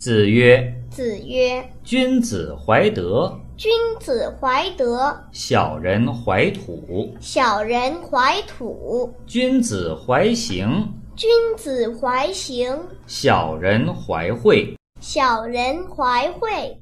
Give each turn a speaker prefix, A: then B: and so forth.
A: 子曰
B: 子曰：“
A: 君子怀德，：“
B: 君子怀德，
A: 小人怀土；
B: 小人怀土；
A: 君子怀行，
B: 君子怀行，
A: 小人怀惠。”
B: 小人怀惠。”